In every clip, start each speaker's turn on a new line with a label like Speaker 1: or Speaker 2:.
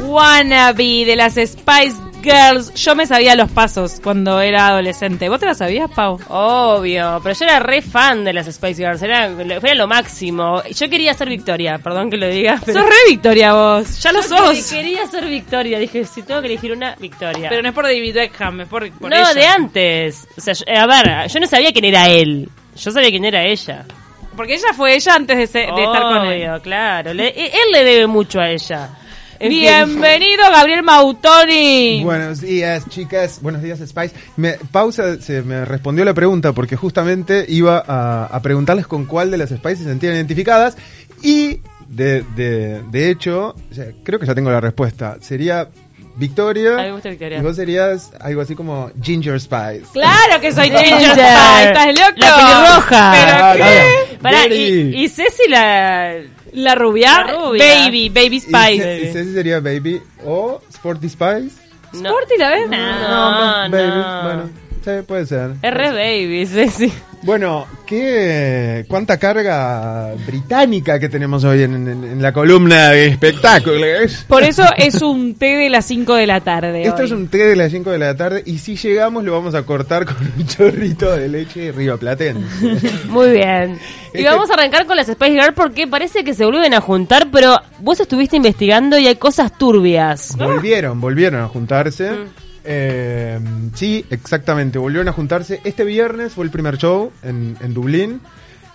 Speaker 1: Wannabe de las Spice Girls. Yo me sabía los pasos cuando era adolescente. ¿Vos te los sabías, Pau?
Speaker 2: Obvio, pero yo era re fan de las Spice Girls, era, era lo máximo. Yo quería ser Victoria, perdón que lo diga. pero-
Speaker 1: Sos re Victoria vos. Ya lo
Speaker 2: Yo que-
Speaker 1: sos.
Speaker 2: Quería ser Victoria, dije, si tengo que elegir una, Victoria.
Speaker 1: Pero no es por David Beckham, es por, por
Speaker 2: no,
Speaker 1: ella.
Speaker 2: de antes. O sea, yo- eh, a ver, yo no sabía quién era él. Yo sabía quién era ella.
Speaker 1: Porque ella fue ella antes de, se- de estar con él.
Speaker 2: Obvio, claro. Le- e- él le debe mucho a ella. En fin.
Speaker 1: Bienvenido, Gabriel Mautoni.
Speaker 3: Buenos días, chicas. Buenos días, Spice. Me, pausa, se me respondió la pregunta porque justamente iba a, a preguntarles con cuál de las Spice se sentían identificadas y, de, de- de hecho, ya- creo que ya tengo la respuesta. Sería Victoria.
Speaker 2: A mí me gusta Victoria.
Speaker 3: Y vos serías algo así como Ginger Spice.
Speaker 1: Claro que soy
Speaker 2: Ginger.
Speaker 1: Ginger Spice, ¿estás loco?
Speaker 2: La pelirroja.
Speaker 1: ¿Pero
Speaker 3: Claro.
Speaker 1: qué?
Speaker 2: Pará, y,
Speaker 3: Ah, Very.
Speaker 2: y Ceci la...
Speaker 1: La rubia,
Speaker 2: La rubia.
Speaker 1: Baby, Baby
Speaker 3: Y Ce-
Speaker 1: Spice.
Speaker 3: y Ceci sería Baby o Sporty Spice.
Speaker 2: No.
Speaker 1: ¿Sporty la ves?
Speaker 2: No, no.
Speaker 3: Baby, bueno, sí, puede ser.
Speaker 2: Es re baby, Ceci.
Speaker 3: Bueno, qué cuánta carga británica que tenemos hoy en, en- en la columna de espectáculos.
Speaker 1: Por eso es un té de las 5 de la tarde.
Speaker 3: Esto
Speaker 1: hoy.
Speaker 3: es un té de las 5 de la tarde y si llegamos lo vamos a cortar con un chorrito de leche rioplatense.
Speaker 2: Muy bien. Y
Speaker 3: Este-
Speaker 2: vamos a arrancar con las Spice Girls porque parece que se vuelven a juntar, pero vos estuviste investigando y hay cosas turbias.
Speaker 3: volvieron, volvieron a juntarse.
Speaker 1: Mm.
Speaker 3: Eh, sí, exactamente, volvieron a juntarse. Este viernes fue el primer show en, en Dublín.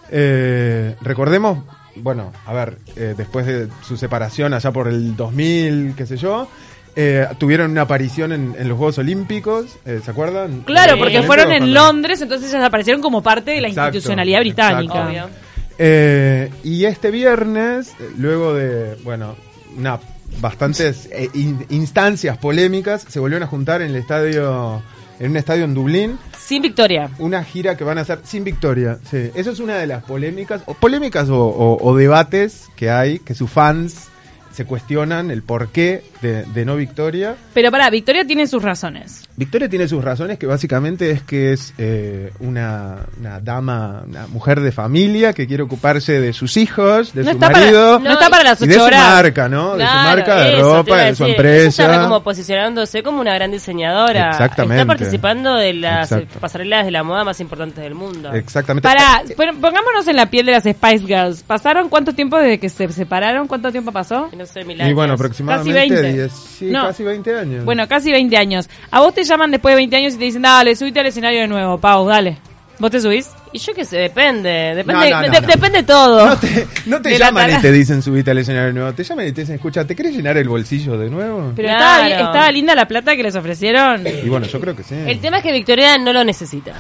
Speaker 3: Eh, recordemos, bueno, a ver, eh, después de su separación allá por el 2000, qué sé yo, eh, tuvieron una aparición en, en los Juegos Olímpicos, eh, ¿se acuerdan?
Speaker 1: Claro,
Speaker 2: Sí.
Speaker 1: porque
Speaker 3: Momento
Speaker 1: fueron en
Speaker 3: cuando-
Speaker 1: Londres, entonces ellas aparecieron como parte de la
Speaker 3: Exacto,
Speaker 1: institucionalidad británica.
Speaker 3: exacto. Eh, y este viernes, eh, luego de, bueno, una- bastantes eh, in- instancias polémicas, se volvieron a juntar en el estadio, en un estadio en Dublín,
Speaker 2: Sin victoria.
Speaker 3: una gira que van a hacer sin victoria. Sí, eso es una de las polémicas, o polémicas o, o- o debates que hay, que sus fans se cuestionan el porqué de, de no victoria.
Speaker 1: Pero pará, Victoria tiene sus razones.
Speaker 3: Victoria tiene sus razones, que básicamente es que es eh, una, una dama, una mujer de familia que quiere ocuparse de sus hijos, de
Speaker 1: No
Speaker 3: su
Speaker 1: está, para,
Speaker 3: marido.
Speaker 1: no está para las
Speaker 3: y de
Speaker 1: 8
Speaker 3: su
Speaker 1: horas.
Speaker 3: marca, ¿no? de su
Speaker 2: Claro,
Speaker 3: marca de
Speaker 2: eso, te iba
Speaker 3: ropa,
Speaker 2: a
Speaker 3: de su
Speaker 2: decir.
Speaker 3: empresa.
Speaker 2: Ella está como posicionándose como una gran diseñadora.
Speaker 3: Exactamente.
Speaker 2: Está participando de las eh,
Speaker 3: Exacto.
Speaker 2: pasarelas de la moda más importantes del mundo.
Speaker 3: Exactamente.
Speaker 1: Pará, pero pongámonos en la piel de las Spice Girls. ¿Pasaron cuánto tiempo desde que se separaron? ¿Cuánto tiempo pasó?
Speaker 2: Y No sé, mil
Speaker 3: Y bueno,
Speaker 2: años.
Speaker 3: aproximadamente
Speaker 1: 20.
Speaker 3: 10, sí,
Speaker 1: No.
Speaker 3: casi 20 años.
Speaker 1: Bueno, casi 20 años. A vos te llaman después de 20 años y te dicen, dale, subite al escenario de nuevo, Pau, dale. ¿Vos te subís?
Speaker 2: Y yo qué sé, depende. Depende,
Speaker 3: No, no, no,
Speaker 2: de-
Speaker 3: no.
Speaker 2: depende todo.
Speaker 3: no te, no te
Speaker 1: de la
Speaker 3: llaman
Speaker 1: tala-
Speaker 3: y te dicen subite al escenario de nuevo. Te llaman y te dicen, escucha, ¿te querés llenar el bolsillo de nuevo?
Speaker 1: Pero
Speaker 2: Claro.
Speaker 1: estaba, bien- estaba linda la plata que les ofrecieron.
Speaker 3: Y bueno, yo creo que sí.
Speaker 2: El tema es que Victoria no lo necesita.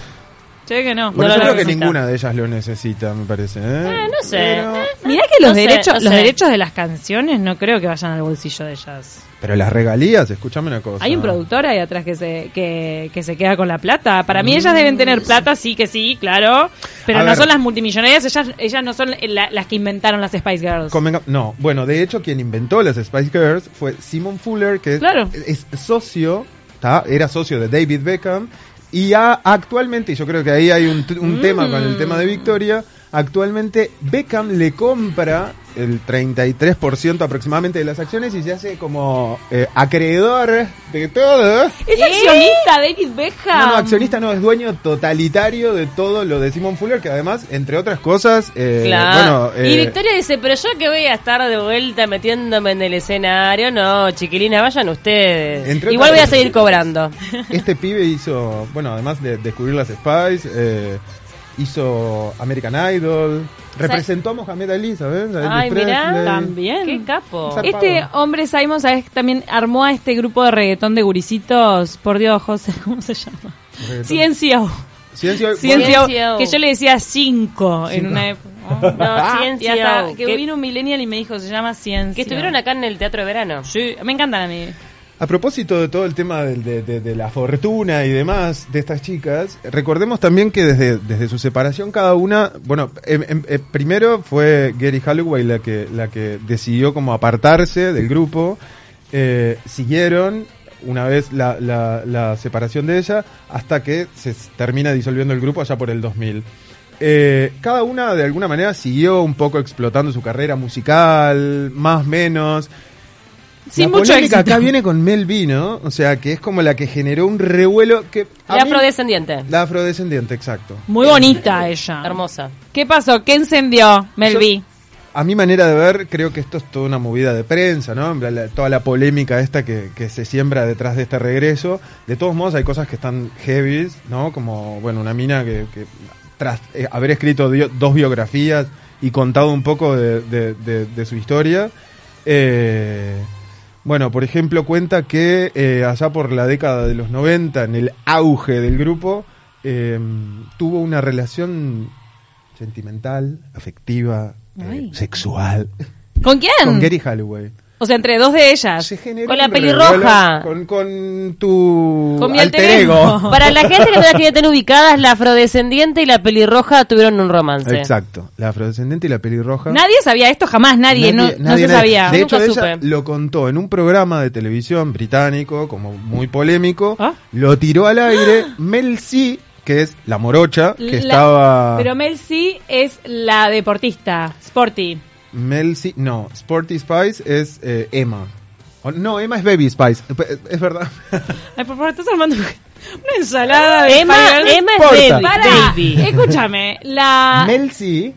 Speaker 1: Che, que no.
Speaker 2: no
Speaker 3: Bueno, yo
Speaker 2: lo
Speaker 3: creo que
Speaker 2: necesita.
Speaker 3: ninguna de ellas lo necesita, me parece. ¿eh?
Speaker 2: Ah, no sé.
Speaker 3: Pero-
Speaker 2: Eh,
Speaker 1: Mirá que los,
Speaker 2: No sé,
Speaker 1: derechos,
Speaker 2: no
Speaker 1: los
Speaker 2: sé.
Speaker 1: derechos de las canciones no creo que vayan al bolsillo de ellas.
Speaker 3: Pero las regalías, escúchame una cosa.
Speaker 1: Hay un productor ahí atrás que se, que, que se queda con la plata. Para mí ellas deben tener plata, sí que sí, claro. Pero
Speaker 3: Mm. A
Speaker 1: no
Speaker 3: ver.
Speaker 1: son las multimillonarias, ellas, ellas no son la- las que inventaron las Spice Girls.
Speaker 3: Convenga- no, bueno, de hecho quien inventó las Spice Girls fue Simon Fuller, que es-
Speaker 1: Claro.
Speaker 3: es, socio, ¿tá? era socio de David Beckham, y a- actualmente, y yo creo que ahí hay un, t- un tema con el tema de Victoria, actualmente Beckham le compra el 33% aproximadamente de las acciones y se hace como eh, acreedor de todo.
Speaker 1: Es accionista, David Beckham.
Speaker 3: ¿Eh? No, no, accionista no, es dueño totalitario de todo lo de Simon Fuller, que además, entre otras cosas, eh,
Speaker 2: Claro.
Speaker 3: bueno...
Speaker 2: y
Speaker 3: eh,
Speaker 2: Victoria dice, pero yo que voy a estar de vuelta metiéndome en el escenario, no, chiquilina, vayan ustedes.
Speaker 3: Entre
Speaker 2: Igual voy
Speaker 3: otras-
Speaker 2: a seguir cobrando.
Speaker 3: Este pibe hizo, bueno, además de descubrir las Spice, eh, hizo American Idol, representó a Mohamed Ali, ¿sabes? A Elvis
Speaker 2: Ay, mirá,
Speaker 3: Presley.
Speaker 1: También.
Speaker 2: Qué capo.
Speaker 3: Exacto.
Speaker 1: Este
Speaker 3: Zarpado.
Speaker 1: hombre Simon, ¿sabes? También armó a este grupo de reggaetón de gurisitos. Por Dios, José, ¿cómo se llama?
Speaker 3: Reggaetón. Eh,
Speaker 1: Ciencio.
Speaker 3: Ciencio.
Speaker 1: Ciencio.
Speaker 2: Ciencio.
Speaker 1: Que yo le decía cinco en una época.
Speaker 2: No,
Speaker 1: Y
Speaker 2: ciencia.
Speaker 1: hasta que,
Speaker 2: que,
Speaker 1: vino un millennial y me dijo, se llama Ciencio.
Speaker 2: que estuvieron acá en el Teatro de Verano.
Speaker 1: Sí, me encantan a mí.
Speaker 3: A propósito de todo el tema del- de, de- de la fortuna y demás de estas chicas, recordemos también que desde, desde su separación cada una, bueno, em- em- eh, primero fue Gary Halloway la que, la que decidió como apartarse del grupo, eh, siguieron una vez la, la- la separación de ella hasta que se s- termina disolviendo el grupo allá por el 2000. Eh, cada una de alguna manera siguió un poco explotando su carrera musical, más menos.
Speaker 1: Sin
Speaker 3: la
Speaker 1: mucho
Speaker 3: polémica
Speaker 1: éxito.
Speaker 3: acá viene con Mel B, ¿no? O sea, que es como la que generó un revuelo que... a
Speaker 2: La
Speaker 3: mí-
Speaker 2: afrodescendiente.
Speaker 3: La afrodescendiente, exacto.
Speaker 1: Muy bonita ella.
Speaker 2: Hermosa.
Speaker 1: ¿Qué pasó? ¿Qué encendió Mel
Speaker 3: Yo-
Speaker 1: B?
Speaker 3: A mi manera de ver, creo que esto es toda una movida de prensa, ¿no? En plan, la- toda la polémica esta que, que se siembra detrás de este regreso. De todos modos, hay cosas que están heavy, ¿no? Como, bueno, una mina que, que tras eh, haber escrito dio- dos biografías y contado un poco de, de- de- de su historia. eh, bueno, por ejemplo, cuenta que eh, allá por la década de los 90, en el auge del grupo, eh, tuvo una relación sentimental, afectiva, eh,
Speaker 1: Ay.
Speaker 3: sexual
Speaker 1: ¿Con quién?
Speaker 3: con Gary Holloway.
Speaker 1: O sea, entre dos de ellas.
Speaker 3: Se generó
Speaker 2: Con la
Speaker 3: un
Speaker 2: pelirroja.
Speaker 3: revuelo Con, con tu
Speaker 1: Con mi
Speaker 3: alter
Speaker 1: alter
Speaker 3: ego.
Speaker 1: ego.
Speaker 2: Para la gente que no las tiene tan ubicadas, la afrodescendiente y la pelirroja tuvieron un romance.
Speaker 3: Exacto, la afrodescendiente y la pelirroja.
Speaker 1: Nadie sabía esto, jamás nadie, no, no se
Speaker 3: nadie, nadie.
Speaker 1: sabía.
Speaker 3: De
Speaker 2: Yo
Speaker 3: hecho,
Speaker 2: nunca
Speaker 3: ella
Speaker 2: supe.
Speaker 3: lo contó en un programa de televisión británico, como muy polémico.
Speaker 1: ¿Ah?
Speaker 3: Lo tiró al aire. Mel C, que es la morocha, que
Speaker 1: La-
Speaker 3: estaba.
Speaker 1: Pero Mel C es la deportista, sporty.
Speaker 3: Mel C. No, Sporty Spice es eh, Emma. O- No, Emma es Baby Spice. Es- Es verdad.
Speaker 1: Ay, por favor, estás armando una ensalada de
Speaker 2: Emma,
Speaker 1: Spider-
Speaker 2: Emma
Speaker 3: Porta.
Speaker 2: es baby.
Speaker 1: Pará,
Speaker 2: baby.
Speaker 1: escúchame, la...
Speaker 3: Mel C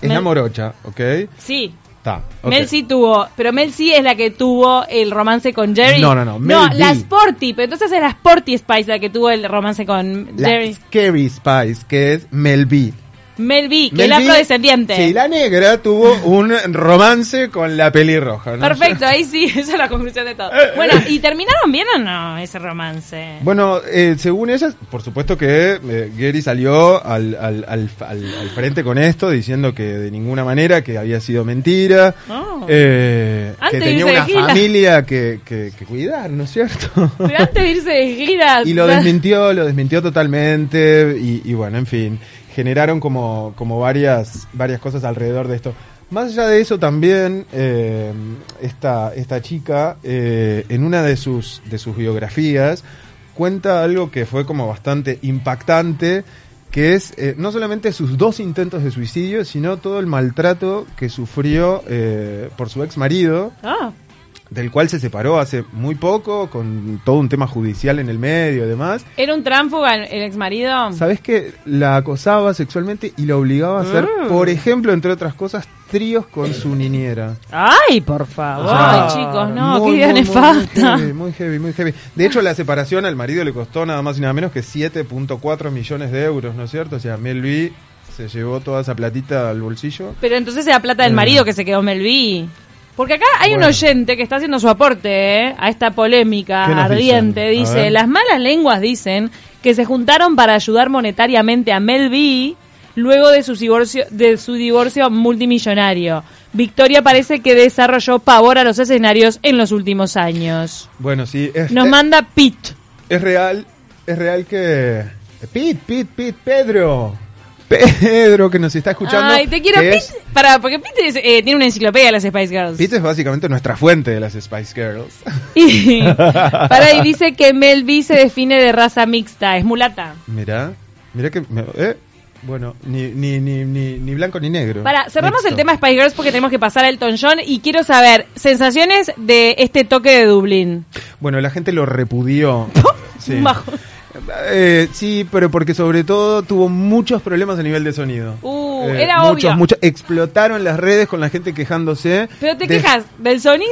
Speaker 3: es la
Speaker 1: Ah. Mel-
Speaker 3: morocha, ¿ok?
Speaker 1: Sí,
Speaker 3: Está.
Speaker 1: Mel C tuvo, pero Mel C es la que tuvo el romance con Jerry.
Speaker 3: No, no, no, Mel
Speaker 1: no,
Speaker 3: B.
Speaker 1: la Sporty, pero entonces es la Sporty Spice la que tuvo el romance con
Speaker 3: La
Speaker 1: Jerry.
Speaker 3: Scary Spice, que es Mel B.
Speaker 1: Mel B, que
Speaker 3: Mel
Speaker 1: es la
Speaker 3: B,
Speaker 1: afrodescendiente.
Speaker 3: Sí, la negra tuvo un romance con la pelirroja. ¿no?
Speaker 1: Perfecto, ahí sí, esa es la conclusión de todo. Bueno, ¿y terminaron bien o no ese romance?
Speaker 3: Eh, Bueno, eh, según ellas, por supuesto que eh, Gary salió al, al, al- al- al frente con esto, diciendo que de ninguna manera que había sido mentira,
Speaker 1: Oh.
Speaker 3: eh, que
Speaker 1: Antes de
Speaker 3: tenía
Speaker 1: irse de
Speaker 3: una
Speaker 1: gira.
Speaker 3: familia que, que- que cuidar, ¿no es cierto?
Speaker 1: Pero antes de irse de gira.
Speaker 3: Y lo desmintió, lo desmintió totalmente. Y, y bueno, en fin, generaron como, como varias, varias cosas alrededor de esto. Más allá de eso, también eh, esta, esta chica, eh, en una de sus, de sus biografías, cuenta algo que fue como bastante impactante, que es eh, no solamente sus dos intentos de suicidio, sino todo el maltrato que sufrió eh, por su ex marido,
Speaker 1: Ah,
Speaker 3: del cual se separó hace muy poco, con todo un tema judicial en el medio y demás.
Speaker 1: ¿Era un tránfuga el, ex marido?
Speaker 3: ¿Sabes que la acosaba sexualmente y la obligaba a hacer,
Speaker 1: Ah.
Speaker 3: por ejemplo, entre otras cosas, tríos con su niñera?
Speaker 2: Ay, por favor.
Speaker 3: sea,
Speaker 1: Eh. Ay, chicos, no,
Speaker 3: Ah. Muy,
Speaker 1: qué idea
Speaker 3: muy, muy,
Speaker 1: nefasta.
Speaker 3: Muy heavy, muy heavy, muy heavy. De hecho, la separación al marido le costó nada más y nada menos que 7.4 millones de euros, ¿no es cierto? O sea, Mel B se llevó toda esa platita al bolsillo.
Speaker 1: Pero entonces era plata del
Speaker 3: Eh.
Speaker 1: marido que se quedó Melví. Porque acá hay
Speaker 3: Bueno.
Speaker 1: un oyente que está haciendo su aporte eh, a esta polémica
Speaker 3: ¿Qué nos
Speaker 1: ardiente.
Speaker 3: dicen? A
Speaker 1: Dice,
Speaker 3: ver.
Speaker 1: las malas lenguas dicen que se juntaron para ayudar monetariamente a Melví luego de su divorcio, de su divorcio multimillonario. Victoria parece que desarrolló pavor a los escenarios en los últimos años.
Speaker 3: Bueno, sí, es,
Speaker 1: Nos
Speaker 3: es-
Speaker 1: manda Pete.
Speaker 3: es real, es real que... Pit, Pit, Pit, Pedro. Pedro, que nos está escuchando.
Speaker 1: Ay, te quiero,
Speaker 3: que
Speaker 1: Pete.
Speaker 3: es-
Speaker 1: Pará, porque Pete es, eh, tiene una enciclopedia de las Spice Girls.
Speaker 3: Pete es básicamente nuestra fuente de las Spice Girls.
Speaker 1: Y, para, y dice que Mel B se define de raza mixta, es mulata.
Speaker 3: Mirá, mirá que... me- eh, bueno, ni, ni, ni, ni, ni blanco ni negro.
Speaker 1: Para, cerramos
Speaker 3: Mixto.
Speaker 1: el tema Spice Girls porque tenemos que pasar a Elton John y quiero saber sensaciones de este toque de Dublín.
Speaker 3: Bueno, la gente lo repudió. sí.
Speaker 1: Un bajo.
Speaker 3: Eh, sí, pero porque sobre todo tuvo muchos problemas a nivel de sonido. Eh,
Speaker 1: Uh, era
Speaker 3: muchos,
Speaker 1: obvio.
Speaker 3: Muchos, explotaron las redes con la gente quejándose.
Speaker 1: Pero te
Speaker 3: de-
Speaker 1: quejas del sonido,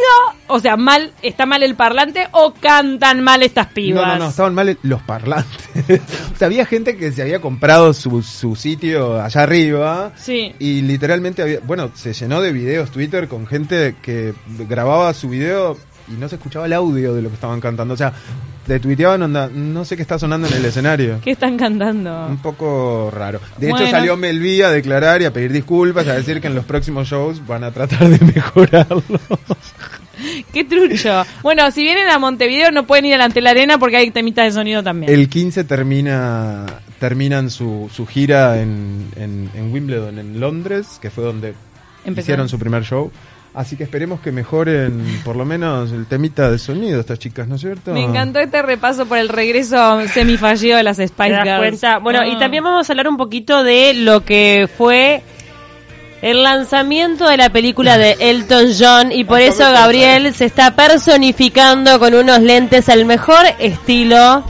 Speaker 1: o sea, mal está mal el parlante o cantan mal estas
Speaker 3: No,
Speaker 1: pibas.
Speaker 3: no, no, estaban mal los parlantes. o sea, había gente que se había comprado su, su sitio allá arriba.
Speaker 1: Sí.
Speaker 3: Y literalmente había, bueno, se llenó de videos Twitter con gente que grababa su video y no se escuchaba el audio de lo que estaban cantando. O sea, le tuiteaban onda, no sé qué está sonando en el escenario.
Speaker 1: ¿Qué están cantando?
Speaker 3: Un poco raro. De
Speaker 1: Bueno.
Speaker 3: hecho, salió Melví a declarar y a pedir disculpas, a decir que en los próximos shows van a tratar de mejorarlo.
Speaker 1: Qué trucho. Bueno, si vienen a Montevideo no pueden ir delante de la arena porque hay temita de sonido también.
Speaker 3: El 15 termina terminan su, su gira en, en- en Wimbledon, en Londres, que fue donde
Speaker 1: Empezaron.
Speaker 3: hicieron su primer show. Así que esperemos que mejoren por lo menos el temita de sonido estas chicas, ¿no es cierto?
Speaker 1: Me encantó este repaso por el regreso semifallido de las Spice
Speaker 2: ¿Te das
Speaker 1: Girls. Ah.
Speaker 2: Ah. cuenta? Bueno,
Speaker 1: No.
Speaker 2: y también vamos a hablar un poquito de lo que fue El lanzamiento de la película de Elton John y por eso Gabriel se está personificando con unos lentes al mejor estilo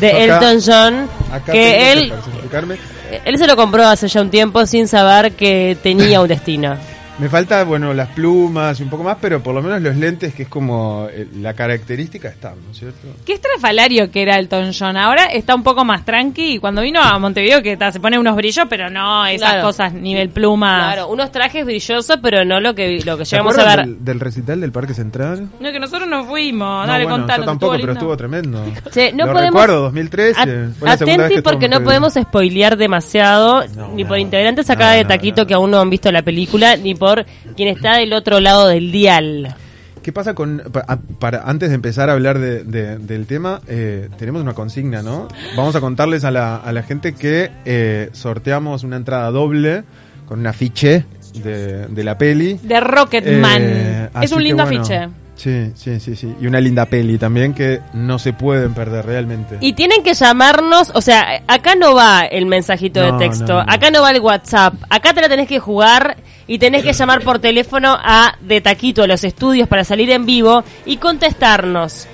Speaker 2: de
Speaker 3: Acá-
Speaker 2: Elton John que
Speaker 3: Acá tengo
Speaker 2: él
Speaker 3: personificarme.
Speaker 2: él se lo compró hace ya un tiempo sin saber que tenía un destino.
Speaker 3: Me falta, bueno, las plumas y un poco más, pero por lo menos los lentes, que es como eh, la característica, están, ¿no es cierto?
Speaker 1: Qué estrafalario que era Elton John. Ahora está un poco más tranqui y cuando vino a Montevideo que ta, se pone unos brillos, pero no esas
Speaker 2: Claro.
Speaker 1: cosas nivel pluma.
Speaker 2: Claro, unos trajes brillosos, pero no lo que lo que
Speaker 3: ¿Se
Speaker 2: llegamos a
Speaker 3: acuerdan
Speaker 2: ver.
Speaker 3: del, del recital del Parque Central?
Speaker 1: No, que nosotros no fuimos.
Speaker 3: No,
Speaker 1: Dale,
Speaker 3: bueno,
Speaker 1: contanos.
Speaker 3: yo tampoco, pero
Speaker 1: lindo?
Speaker 3: estuvo tremendo.
Speaker 2: Che, no
Speaker 3: Lo
Speaker 2: podemos-
Speaker 3: recuerdo, 2013.
Speaker 2: At-
Speaker 3: fue la segunda vez que
Speaker 2: Atenti
Speaker 3: estuvo
Speaker 2: porque
Speaker 3: en
Speaker 2: no
Speaker 3: Montevideo.
Speaker 2: podemos spoilear demasiado,
Speaker 3: No,
Speaker 2: ni
Speaker 3: no,
Speaker 2: por integrantes
Speaker 3: no,
Speaker 2: acá de
Speaker 3: no,
Speaker 2: Taquito
Speaker 3: no.
Speaker 2: que aún no han visto la película, ni por quien está del otro lado del dial.
Speaker 3: ¿Qué pasa con... pa- a- para, antes de empezar a hablar de- de- del tema, eh, tenemos una consigna, ¿no? Vamos a contarles a la, a la gente que eh, sorteamos una entrada doble con un afiche de, de la peli.
Speaker 1: De Rocketman.
Speaker 3: Eh,
Speaker 1: es
Speaker 3: así
Speaker 1: un
Speaker 3: que
Speaker 1: lindo
Speaker 3: bueno,
Speaker 1: afiche.
Speaker 3: Sí, sí, sí, sí. Y una linda peli también que no se pueden perder realmente.
Speaker 2: Y tienen que llamarnos, o sea, acá no va el mensajito
Speaker 3: No,
Speaker 2: de texto,
Speaker 3: no, no.
Speaker 2: acá no va el WhatsApp, acá te la tenés que jugar y tenés que llamar por teléfono a De Taquito, a los estudios, para salir en vivo y contestarnos.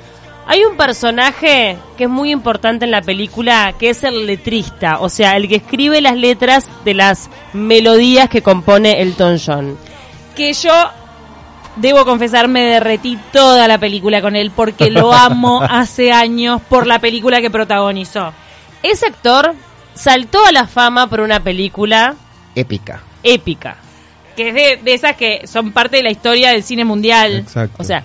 Speaker 2: Hay un personaje que es muy importante en la película, que es el letrista, o sea, el que escribe las letras de las melodías que compone Elton John.
Speaker 1: Que yo debo confesar me derretí toda la película con él porque lo amo hace años por la película que protagonizó.
Speaker 2: Ese actor saltó a la fama por una película
Speaker 4: Épica.
Speaker 2: épica.
Speaker 1: Que es de, de esas que son parte de la historia del cine mundial.
Speaker 3: Exacto.
Speaker 2: O sea,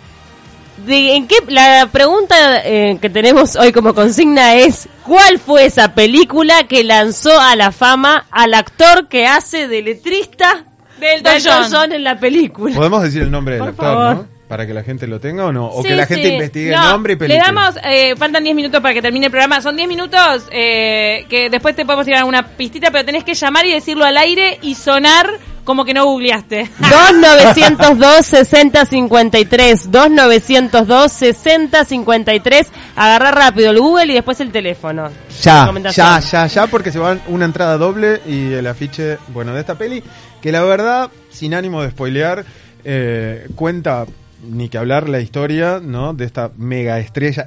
Speaker 2: de- en qué, la pregunta eh, que tenemos hoy como consigna es ¿cuál fue esa película que lanzó a la fama al actor que hace de letrista
Speaker 1: De
Speaker 2: del
Speaker 1: Elton John.
Speaker 2: en la película?
Speaker 3: Podemos decir el nombre del
Speaker 2: Por
Speaker 3: actor,
Speaker 2: favor.
Speaker 3: ¿no? Para que la gente lo tenga o no. O
Speaker 1: Sí,
Speaker 3: que la
Speaker 1: sí.
Speaker 3: gente investigue
Speaker 1: No,
Speaker 3: el nombre y
Speaker 1: Le
Speaker 3: película.
Speaker 1: damos, eh, faltan 10 minutos para que termine el programa. Son 10 minutos eh, que después te podemos tirar alguna pistita, pero tenés que llamar y decirlo al aire y sonar como que no googleaste.
Speaker 2: 2902-6053 2902-6053 Agarra rápido el Google y después el teléfono
Speaker 4: Ya,
Speaker 2: Recomendación.
Speaker 3: Ya, ya, ya, porque se van una entrada doble y el afiche, bueno, de esta peli, que la verdad, sin ánimo de spoilear, eh, cuenta ni que hablar la historia, ¿no? De esta mega estrella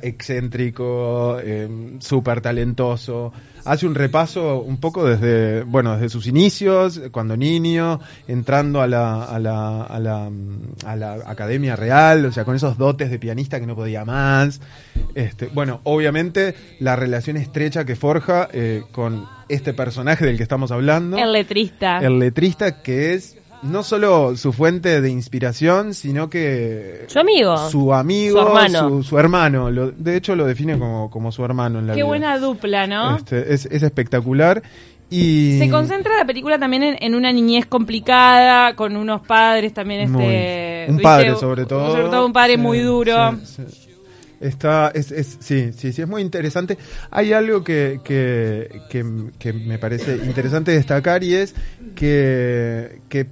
Speaker 3: excéntrico, eh, súper talentoso. Hace un repaso un poco desde, bueno, desde sus inicios, cuando niño, entrando a la, a la, a la, mm, a la Academia Real, o sea, con esos dotes de pianista que no podía más. Este, bueno, obviamente la relación estrecha que forja eh, con este personaje del que estamos hablando,
Speaker 1: El letrista.
Speaker 3: el letrista, que es no solo su fuente de inspiración, sino que
Speaker 2: Su amigo
Speaker 3: su amigo,
Speaker 2: Su hermano.
Speaker 3: su, su hermano. Lo- de hecho, lo define como, como su hermano en la
Speaker 1: Qué
Speaker 3: vida.
Speaker 1: buena dupla, ¿no?
Speaker 3: Este, es, es espectacular. Y
Speaker 1: Se concentra la película también en, en una niñez complicada, con unos padres también.
Speaker 3: Muy.
Speaker 1: este
Speaker 3: un
Speaker 1: ¿viste?
Speaker 3: padre sobre todo.
Speaker 1: Sobre todo un padre
Speaker 3: Sí,
Speaker 1: muy duro.
Speaker 3: sí, sí. Está, es, es- sí, sí, sí, es muy interesante. Hay algo que, que, que, que me parece interesante destacar y es que, que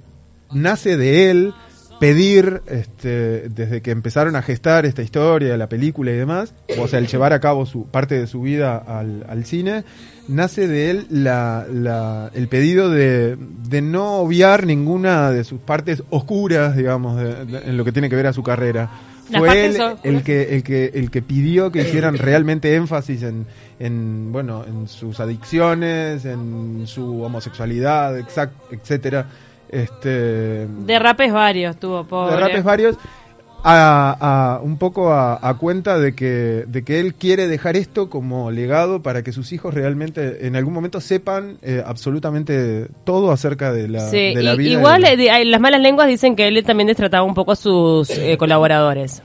Speaker 3: nace de él pedir, este, desde que empezaron a gestar esta historia, la película y demás, o sea, el llevar a cabo su parte de su vida al, al cine, nace de él la, la- el pedido de, de no obviar ninguna de sus partes oscuras, digamos, de- de- en lo que tiene que ver a su carrera.
Speaker 1: Las
Speaker 3: Fue
Speaker 1: partes
Speaker 3: él
Speaker 1: oscuras.
Speaker 3: el que, el, que, el que pidió
Speaker 2: Eh.
Speaker 3: que hicieran realmente énfasis en, en, bueno, en sus adicciones, en su homosexualidad, exact, etcétera. Este,
Speaker 1: Derrapes varios tuvo, pobre.
Speaker 3: derrapes varios a, a- un poco a, a cuenta de que, de que él quiere dejar esto como legado para que sus hijos realmente en algún momento sepan eh, absolutamente todo acerca de la,
Speaker 2: Sí,
Speaker 3: de la
Speaker 2: y-
Speaker 3: vida. y
Speaker 2: igual
Speaker 3: de-
Speaker 2: eh, de- ay, las malas lenguas dicen que él también destrataba un poco a sus eh, colaboradores.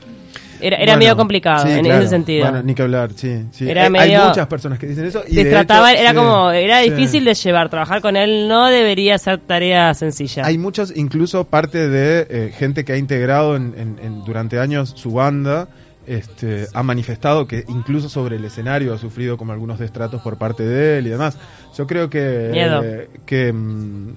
Speaker 2: Era, era
Speaker 3: Bueno,
Speaker 2: medio complicado
Speaker 3: sí,
Speaker 2: en
Speaker 3: claro.
Speaker 2: ese sentido.
Speaker 3: Bueno, ni que hablar, sí. sí.
Speaker 2: Era
Speaker 3: Eh,
Speaker 2: medio-
Speaker 3: Hay muchas personas que dicen eso. Y de
Speaker 2: Destrataba,
Speaker 3: hecho,
Speaker 2: era
Speaker 3: sí,
Speaker 2: como, era
Speaker 3: sí.
Speaker 2: difícil de llevar, trabajar con él no debería ser tarea sencilla.
Speaker 3: Hay muchos, incluso parte de eh, gente que ha integrado en- en- en- durante años su banda, este, ha manifestado que incluso sobre el escenario ha sufrido como algunos destratos por parte de él y demás. Yo creo que
Speaker 2: Miedo.
Speaker 3: eh, que, mm,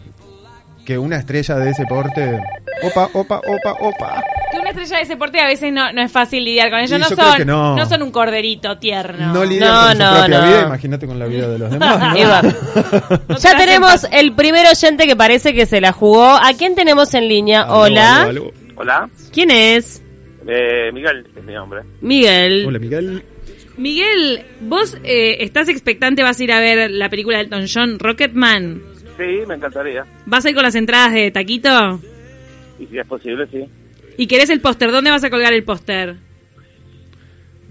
Speaker 3: que una estrella de ese porte, opa, opa, opa, opa,
Speaker 1: Que una estrella de ese porte a veces no, no es fácil lidiar con ellos.
Speaker 3: Y
Speaker 1: No
Speaker 3: yo creo que
Speaker 1: son,
Speaker 3: no.
Speaker 1: no. son un corderito tierno.
Speaker 3: No lidian
Speaker 2: No,
Speaker 3: con su
Speaker 2: no,
Speaker 3: propia
Speaker 2: no.
Speaker 3: vida, imagínate con la vida de los demás.
Speaker 2: Ahí va.
Speaker 1: No te la
Speaker 2: Ya
Speaker 1: hacen
Speaker 2: tenemos
Speaker 1: fácil.
Speaker 2: el primer oyente que parece que se la jugó. ¿A quién tenemos en línea?
Speaker 3: Ah, ¿no?
Speaker 2: Hola.
Speaker 3: Aló, aló,
Speaker 4: Hola,
Speaker 2: ¿Quién es?
Speaker 4: eh, Miguel es mi nombre.
Speaker 2: Miguel.
Speaker 3: aló. Hola, Miguel.
Speaker 1: Miguel, vos eh, estás expectante, vas a ir a ver la película de Elton John, Rocketman.
Speaker 4: Sí, me encantaría.
Speaker 1: ¿Vas a ir con las entradas de Taquito?
Speaker 4: Y si es posible, sí.
Speaker 1: ¿Y querés el póster? ¿Dónde vas a colgar el póster?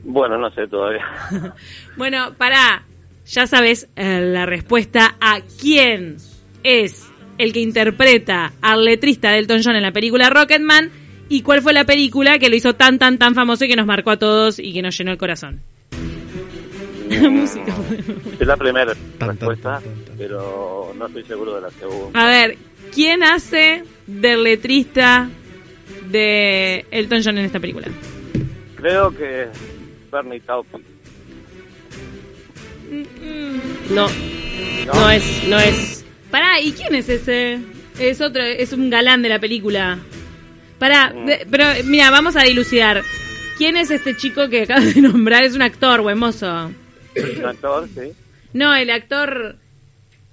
Speaker 4: Bueno, no sé todavía.
Speaker 1: Bueno, pará. Ya sabes eh, la respuesta a quién es el que interpreta al letrista de Elton John en la película Rocketman y cuál fue la película que lo hizo tan, tan, tan famoso y que nos marcó a todos y que nos llenó el corazón. Música.
Speaker 4: Es la primera
Speaker 3: tan,
Speaker 4: respuesta,
Speaker 3: tan, tan, tan.
Speaker 4: pero no estoy seguro de la segunda.
Speaker 1: A ver, ¿quién hace del letrista de Elton John en esta película?
Speaker 4: Creo que es Bernie Taupin.
Speaker 2: No,
Speaker 4: ¿no?
Speaker 2: no es, no es.
Speaker 1: Pará, ¿y quién es ese? Es otro, es un galán de la película. Pará,
Speaker 3: Ah.
Speaker 1: de- pero mira, vamos a dilucidar. ¿Quién es este chico que acabas de nombrar? Es un actor, buen mozo.
Speaker 4: Un actor, sí.
Speaker 1: No, el actor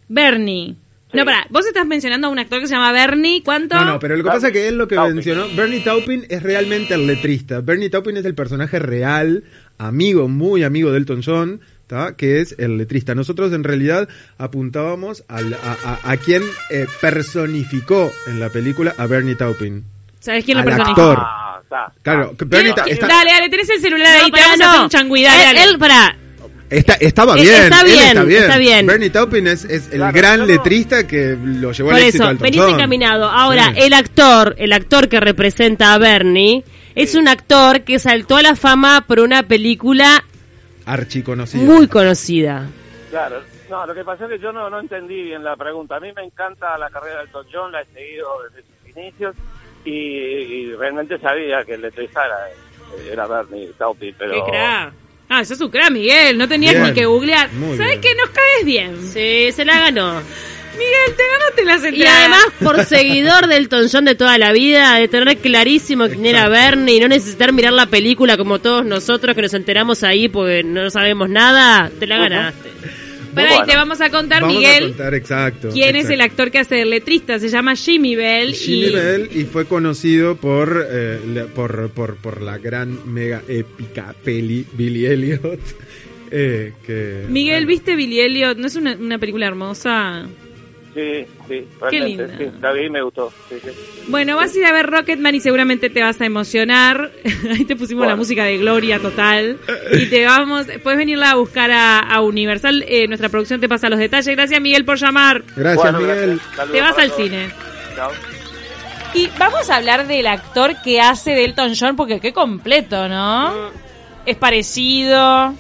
Speaker 1: Bernie. No, pará, vos estás mencionando a un actor que se llama Bernie, ¿cuánto?
Speaker 3: Eh. No, no, pero lo que pasa es que él lo que
Speaker 4: Taupin.
Speaker 3: mencionó, Bernie Taupin es realmente el letrista. Bernie Taupin es el personaje real, amigo, muy amigo de Elton John, ¿tá? que es el letrista. Nosotros en realidad apuntábamos al- a, a- a quien eh, personificó en la película a Bernie Taupin.
Speaker 1: ¿Sabés quién lo
Speaker 3: Al
Speaker 1: personifica?
Speaker 3: actor.
Speaker 4: Ah, está.
Speaker 3: Claro, que Bernie
Speaker 1: ¿Quién-
Speaker 3: Ta-
Speaker 1: quién-
Speaker 3: está-
Speaker 1: Dale, dale, tenés el celular ahí, te
Speaker 2: pará,
Speaker 1: vamos a Eh, hacer un changui, dale,
Speaker 2: Él,
Speaker 1: dale.
Speaker 2: él, pará.
Speaker 3: está- estaba
Speaker 2: Eh,
Speaker 3: bien,
Speaker 2: está
Speaker 3: él
Speaker 2: bien, está bien.
Speaker 3: Bernie Taupin es, es el
Speaker 4: Claro,
Speaker 3: gran
Speaker 4: claro.
Speaker 3: letrista que lo llevó
Speaker 2: Por
Speaker 3: al éxito a
Speaker 2: eso,
Speaker 3: Elton
Speaker 2: venís
Speaker 3: John.
Speaker 2: encaminado. Ahora,
Speaker 3: Sí.
Speaker 2: el actor, el actor que representa a Bernie, es un actor que saltó a la fama por una película
Speaker 3: Archiconocido.
Speaker 2: muy conocida.
Speaker 4: Claro. No, lo que pasa es que yo no, no entendí bien la pregunta. A mí me encanta la carrera del Elton John, la he seguido desde sus inicios y, y realmente sabía que el letrista era, era Bernie Taupin, pero...
Speaker 1: Qué cra. Ah, sos un cra, Miguel. No tenías
Speaker 3: Bien.
Speaker 1: ni que googlear.
Speaker 3: Muy
Speaker 1: ¿Sabes
Speaker 3: bien.
Speaker 1: qué? Nos caes bien.
Speaker 2: Sí, se la ganó.
Speaker 1: Miguel, te ganaste las
Speaker 2: Y
Speaker 1: entradas.
Speaker 2: además, por seguidor del John de toda la vida, de tener clarísimo quién era Bernie y no necesitar mirar la película como todos nosotros que nos enteramos ahí porque no sabemos nada, te la ganaste.
Speaker 1: Para ahí
Speaker 4: Bueno.
Speaker 1: te vamos a contar,
Speaker 3: Vamos
Speaker 1: Miguel,
Speaker 3: a contar, exacto.
Speaker 1: quién es
Speaker 3: exacto.
Speaker 1: el actor que hace el letrista. Se llama Jimmy Bell.
Speaker 3: Jimmy
Speaker 1: y...
Speaker 3: Bell y fue conocido por, eh, la- por, por, por la gran mega épica peli Billy Elliot. eh, que,
Speaker 1: Miguel,
Speaker 3: bueno,
Speaker 1: ¿viste Billy Elliot? ¿No es una, una película hermosa?
Speaker 4: Sí, sí,
Speaker 1: Qué linda.
Speaker 4: realmente, sí, la vi y me gustó. Sí, sí.
Speaker 1: Bueno, vas a ir a ver Rocketman y seguramente te vas a emocionar. Ahí te pusimos la
Speaker 4: Bueno.
Speaker 1: música de Gloria total. Y te vamos... Puedes venirla a buscar a, a Universal. Eh, nuestra producción te pasa los detalles. Gracias, Miguel, por llamar.
Speaker 3: Gracias,
Speaker 4: Bueno,
Speaker 3: Miguel.
Speaker 4: gracias. Saludos
Speaker 1: Te vas
Speaker 4: para
Speaker 1: al
Speaker 4: todos.
Speaker 1: cine.
Speaker 4: Chao.
Speaker 1: Y vamos a hablar del actor que hace de Elton John, porque qué completo,
Speaker 3: Mm.
Speaker 1: ¿no? Es parecido,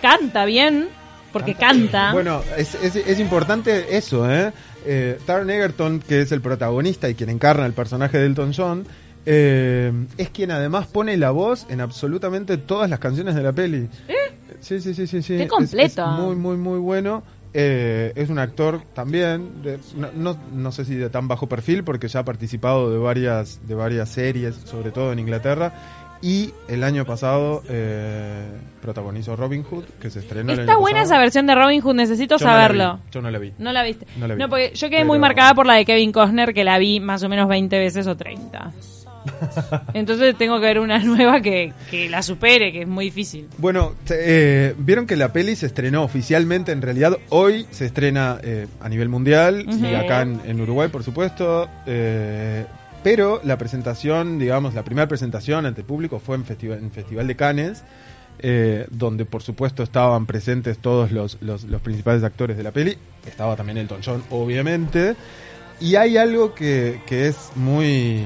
Speaker 1: canta bien, porque canta.
Speaker 3: Bueno, es, es- es importante eso, ¿eh? Eh, Taron Egerton, que es el protagonista y quien encarna el personaje de Elton John, eh, es quien además pone la voz en absolutamente todas las canciones de la peli. Sí, sí, sí, sí, sí.
Speaker 1: ¿Eh? Qué
Speaker 3: Es-
Speaker 1: completo.
Speaker 3: es muy, muy, muy bueno. Eh, es un actor también, de- no, no, no sé si de tan bajo perfil, porque ya ha participado de varias, de varias series, sobre todo en Inglaterra. Y el año pasado eh, protagonizó Robin Hood, que se estrenó el
Speaker 1: Está
Speaker 3: año
Speaker 1: buena esa
Speaker 3: pasado.
Speaker 1: versión de Robin Hood, necesito
Speaker 3: Yo no la vi,
Speaker 1: saberlo.
Speaker 3: yo no la vi.
Speaker 1: No la viste.
Speaker 3: No la vi.
Speaker 1: porque yo quedé muy
Speaker 3: Pero-
Speaker 1: marcada por la de Kevin Costner, que la vi más o menos 20 veces o 30. Entonces tengo que ver una nueva que, que la supere, que es muy difícil.
Speaker 3: Bueno, te- eh, vieron que la peli se estrenó oficialmente, en realidad hoy se estrena eh, a nivel mundial y
Speaker 1: Ujú.
Speaker 3: acá en, en Uruguay, por supuesto. eh, pero la presentación, digamos, la primera presentación ante el público fue en, festival en Festival de Cannes, eh, donde por supuesto estaban presentes todos los, los- los principales actores de la peli. Estaba también Elton John, obviamente. Y hay algo que, que es muy,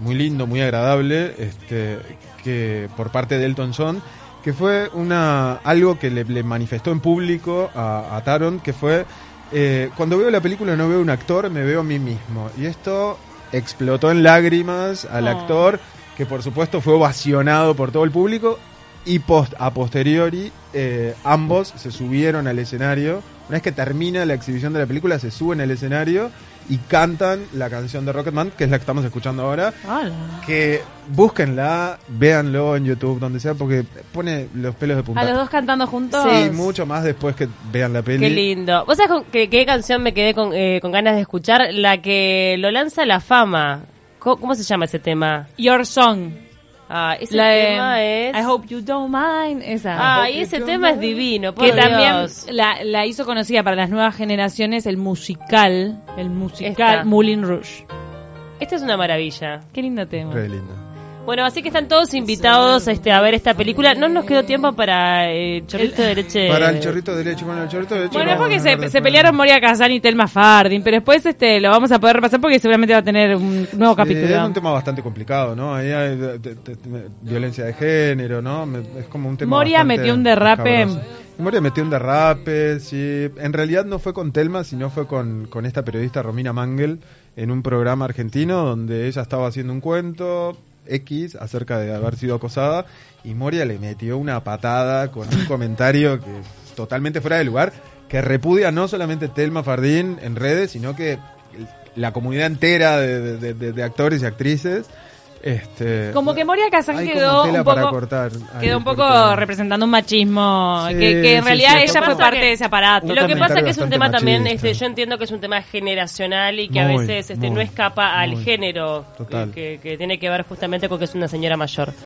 Speaker 3: muy lindo, muy agradable, este, que por parte de Elton John, que fue una, algo que le, le manifestó en público a, a Taron, que fue, eh, cuando veo la película no veo un actor, me veo a mí mismo. Y esto explotó en lágrimas al
Speaker 1: Oh.
Speaker 3: actor, que por supuesto fue ovacionado por todo el público, y post, a posteriori eh, ambos se subieron al escenario. Una vez que termina la exhibición de la película, se suben al escenario y cantan la canción de Rocketman, que es la que estamos escuchando ahora.
Speaker 1: Hola.
Speaker 3: Que búsquenla, véanlo en YouTube, donde sea, porque pone los pelos de punta.
Speaker 1: A los dos cantando juntos.
Speaker 3: Y mucho más después que vean la peli.
Speaker 2: Qué lindo. ¿Vos sabés con qué, qué canción me quedé con, eh, con ganas de escuchar? La que lo lanza a la fama. Co- ¿Cómo, se llama ese tema?
Speaker 1: Your Song.
Speaker 2: Ah, ese
Speaker 1: La de
Speaker 2: tema es...
Speaker 1: I hope you don't mind. Esa.
Speaker 2: Ah, y ese tema es divino, por
Speaker 1: que
Speaker 2: Dios.
Speaker 1: también la, la hizo conocida para las nuevas generaciones el musical, el musical
Speaker 2: Esta.
Speaker 1: Moulin Rouge.
Speaker 2: Esta es una maravilla.
Speaker 1: Qué lindo tema.
Speaker 3: Re lindo.
Speaker 2: Bueno, así que están todos invitados este, a ver esta película. No nos quedó tiempo para eh, Chorrito de Leche.
Speaker 3: Para el chorrito de leche, bueno, el chorrito de leche.
Speaker 1: Eh. Bueno,
Speaker 3: lo
Speaker 1: es
Speaker 3: vamos a
Speaker 1: porque
Speaker 3: dejar
Speaker 1: se, se
Speaker 3: después.
Speaker 1: pelearon Moria Kazan y Telma Fardin, pero después este lo vamos a poder repasar porque seguramente va a tener un nuevo
Speaker 3: Eh, es
Speaker 1: capítulo.
Speaker 3: un tema bastante complicado, ¿no? Ahí hay eh, te- te- te- violencia de género, ¿no? Me- Es como un tema.
Speaker 1: Moria
Speaker 3: bastante
Speaker 1: metió un derrape.
Speaker 3: escabroso. Moria metió un derrape, sí. En realidad no fue con Telma, sino fue con, con esta periodista Romina Mangel en un programa argentino donde ella estaba haciendo un cuento. X acerca de haber sido acosada y Moria le metió una patada con un comentario que totalmente fuera de lugar que repudia no solamente Telma Fardín en redes sino que la comunidad entera de, de- de- de- de actores y actrices este
Speaker 1: Como que Moria Kazan
Speaker 3: Hay
Speaker 1: quedó
Speaker 3: como tela
Speaker 1: un
Speaker 3: para
Speaker 1: poco
Speaker 3: cortar ahí,
Speaker 1: quedó un poco
Speaker 3: porque-
Speaker 1: representando un machismo
Speaker 3: Sí,
Speaker 1: que, que en
Speaker 3: sí,
Speaker 1: realidad
Speaker 3: sí,
Speaker 1: ella fue
Speaker 3: totalmente.
Speaker 1: parte de ese aparato.
Speaker 3: Un
Speaker 2: Lo que pasa es que es un
Speaker 3: bastante
Speaker 2: tema también,
Speaker 3: machista.
Speaker 2: este, yo entiendo que es un tema generacional y que a
Speaker 3: Muy,
Speaker 2: veces este,
Speaker 3: muy,
Speaker 2: no escapa al
Speaker 3: muy.
Speaker 2: género,
Speaker 3: Total.
Speaker 2: Que, que- que tiene que ver justamente con que es una señora mayor.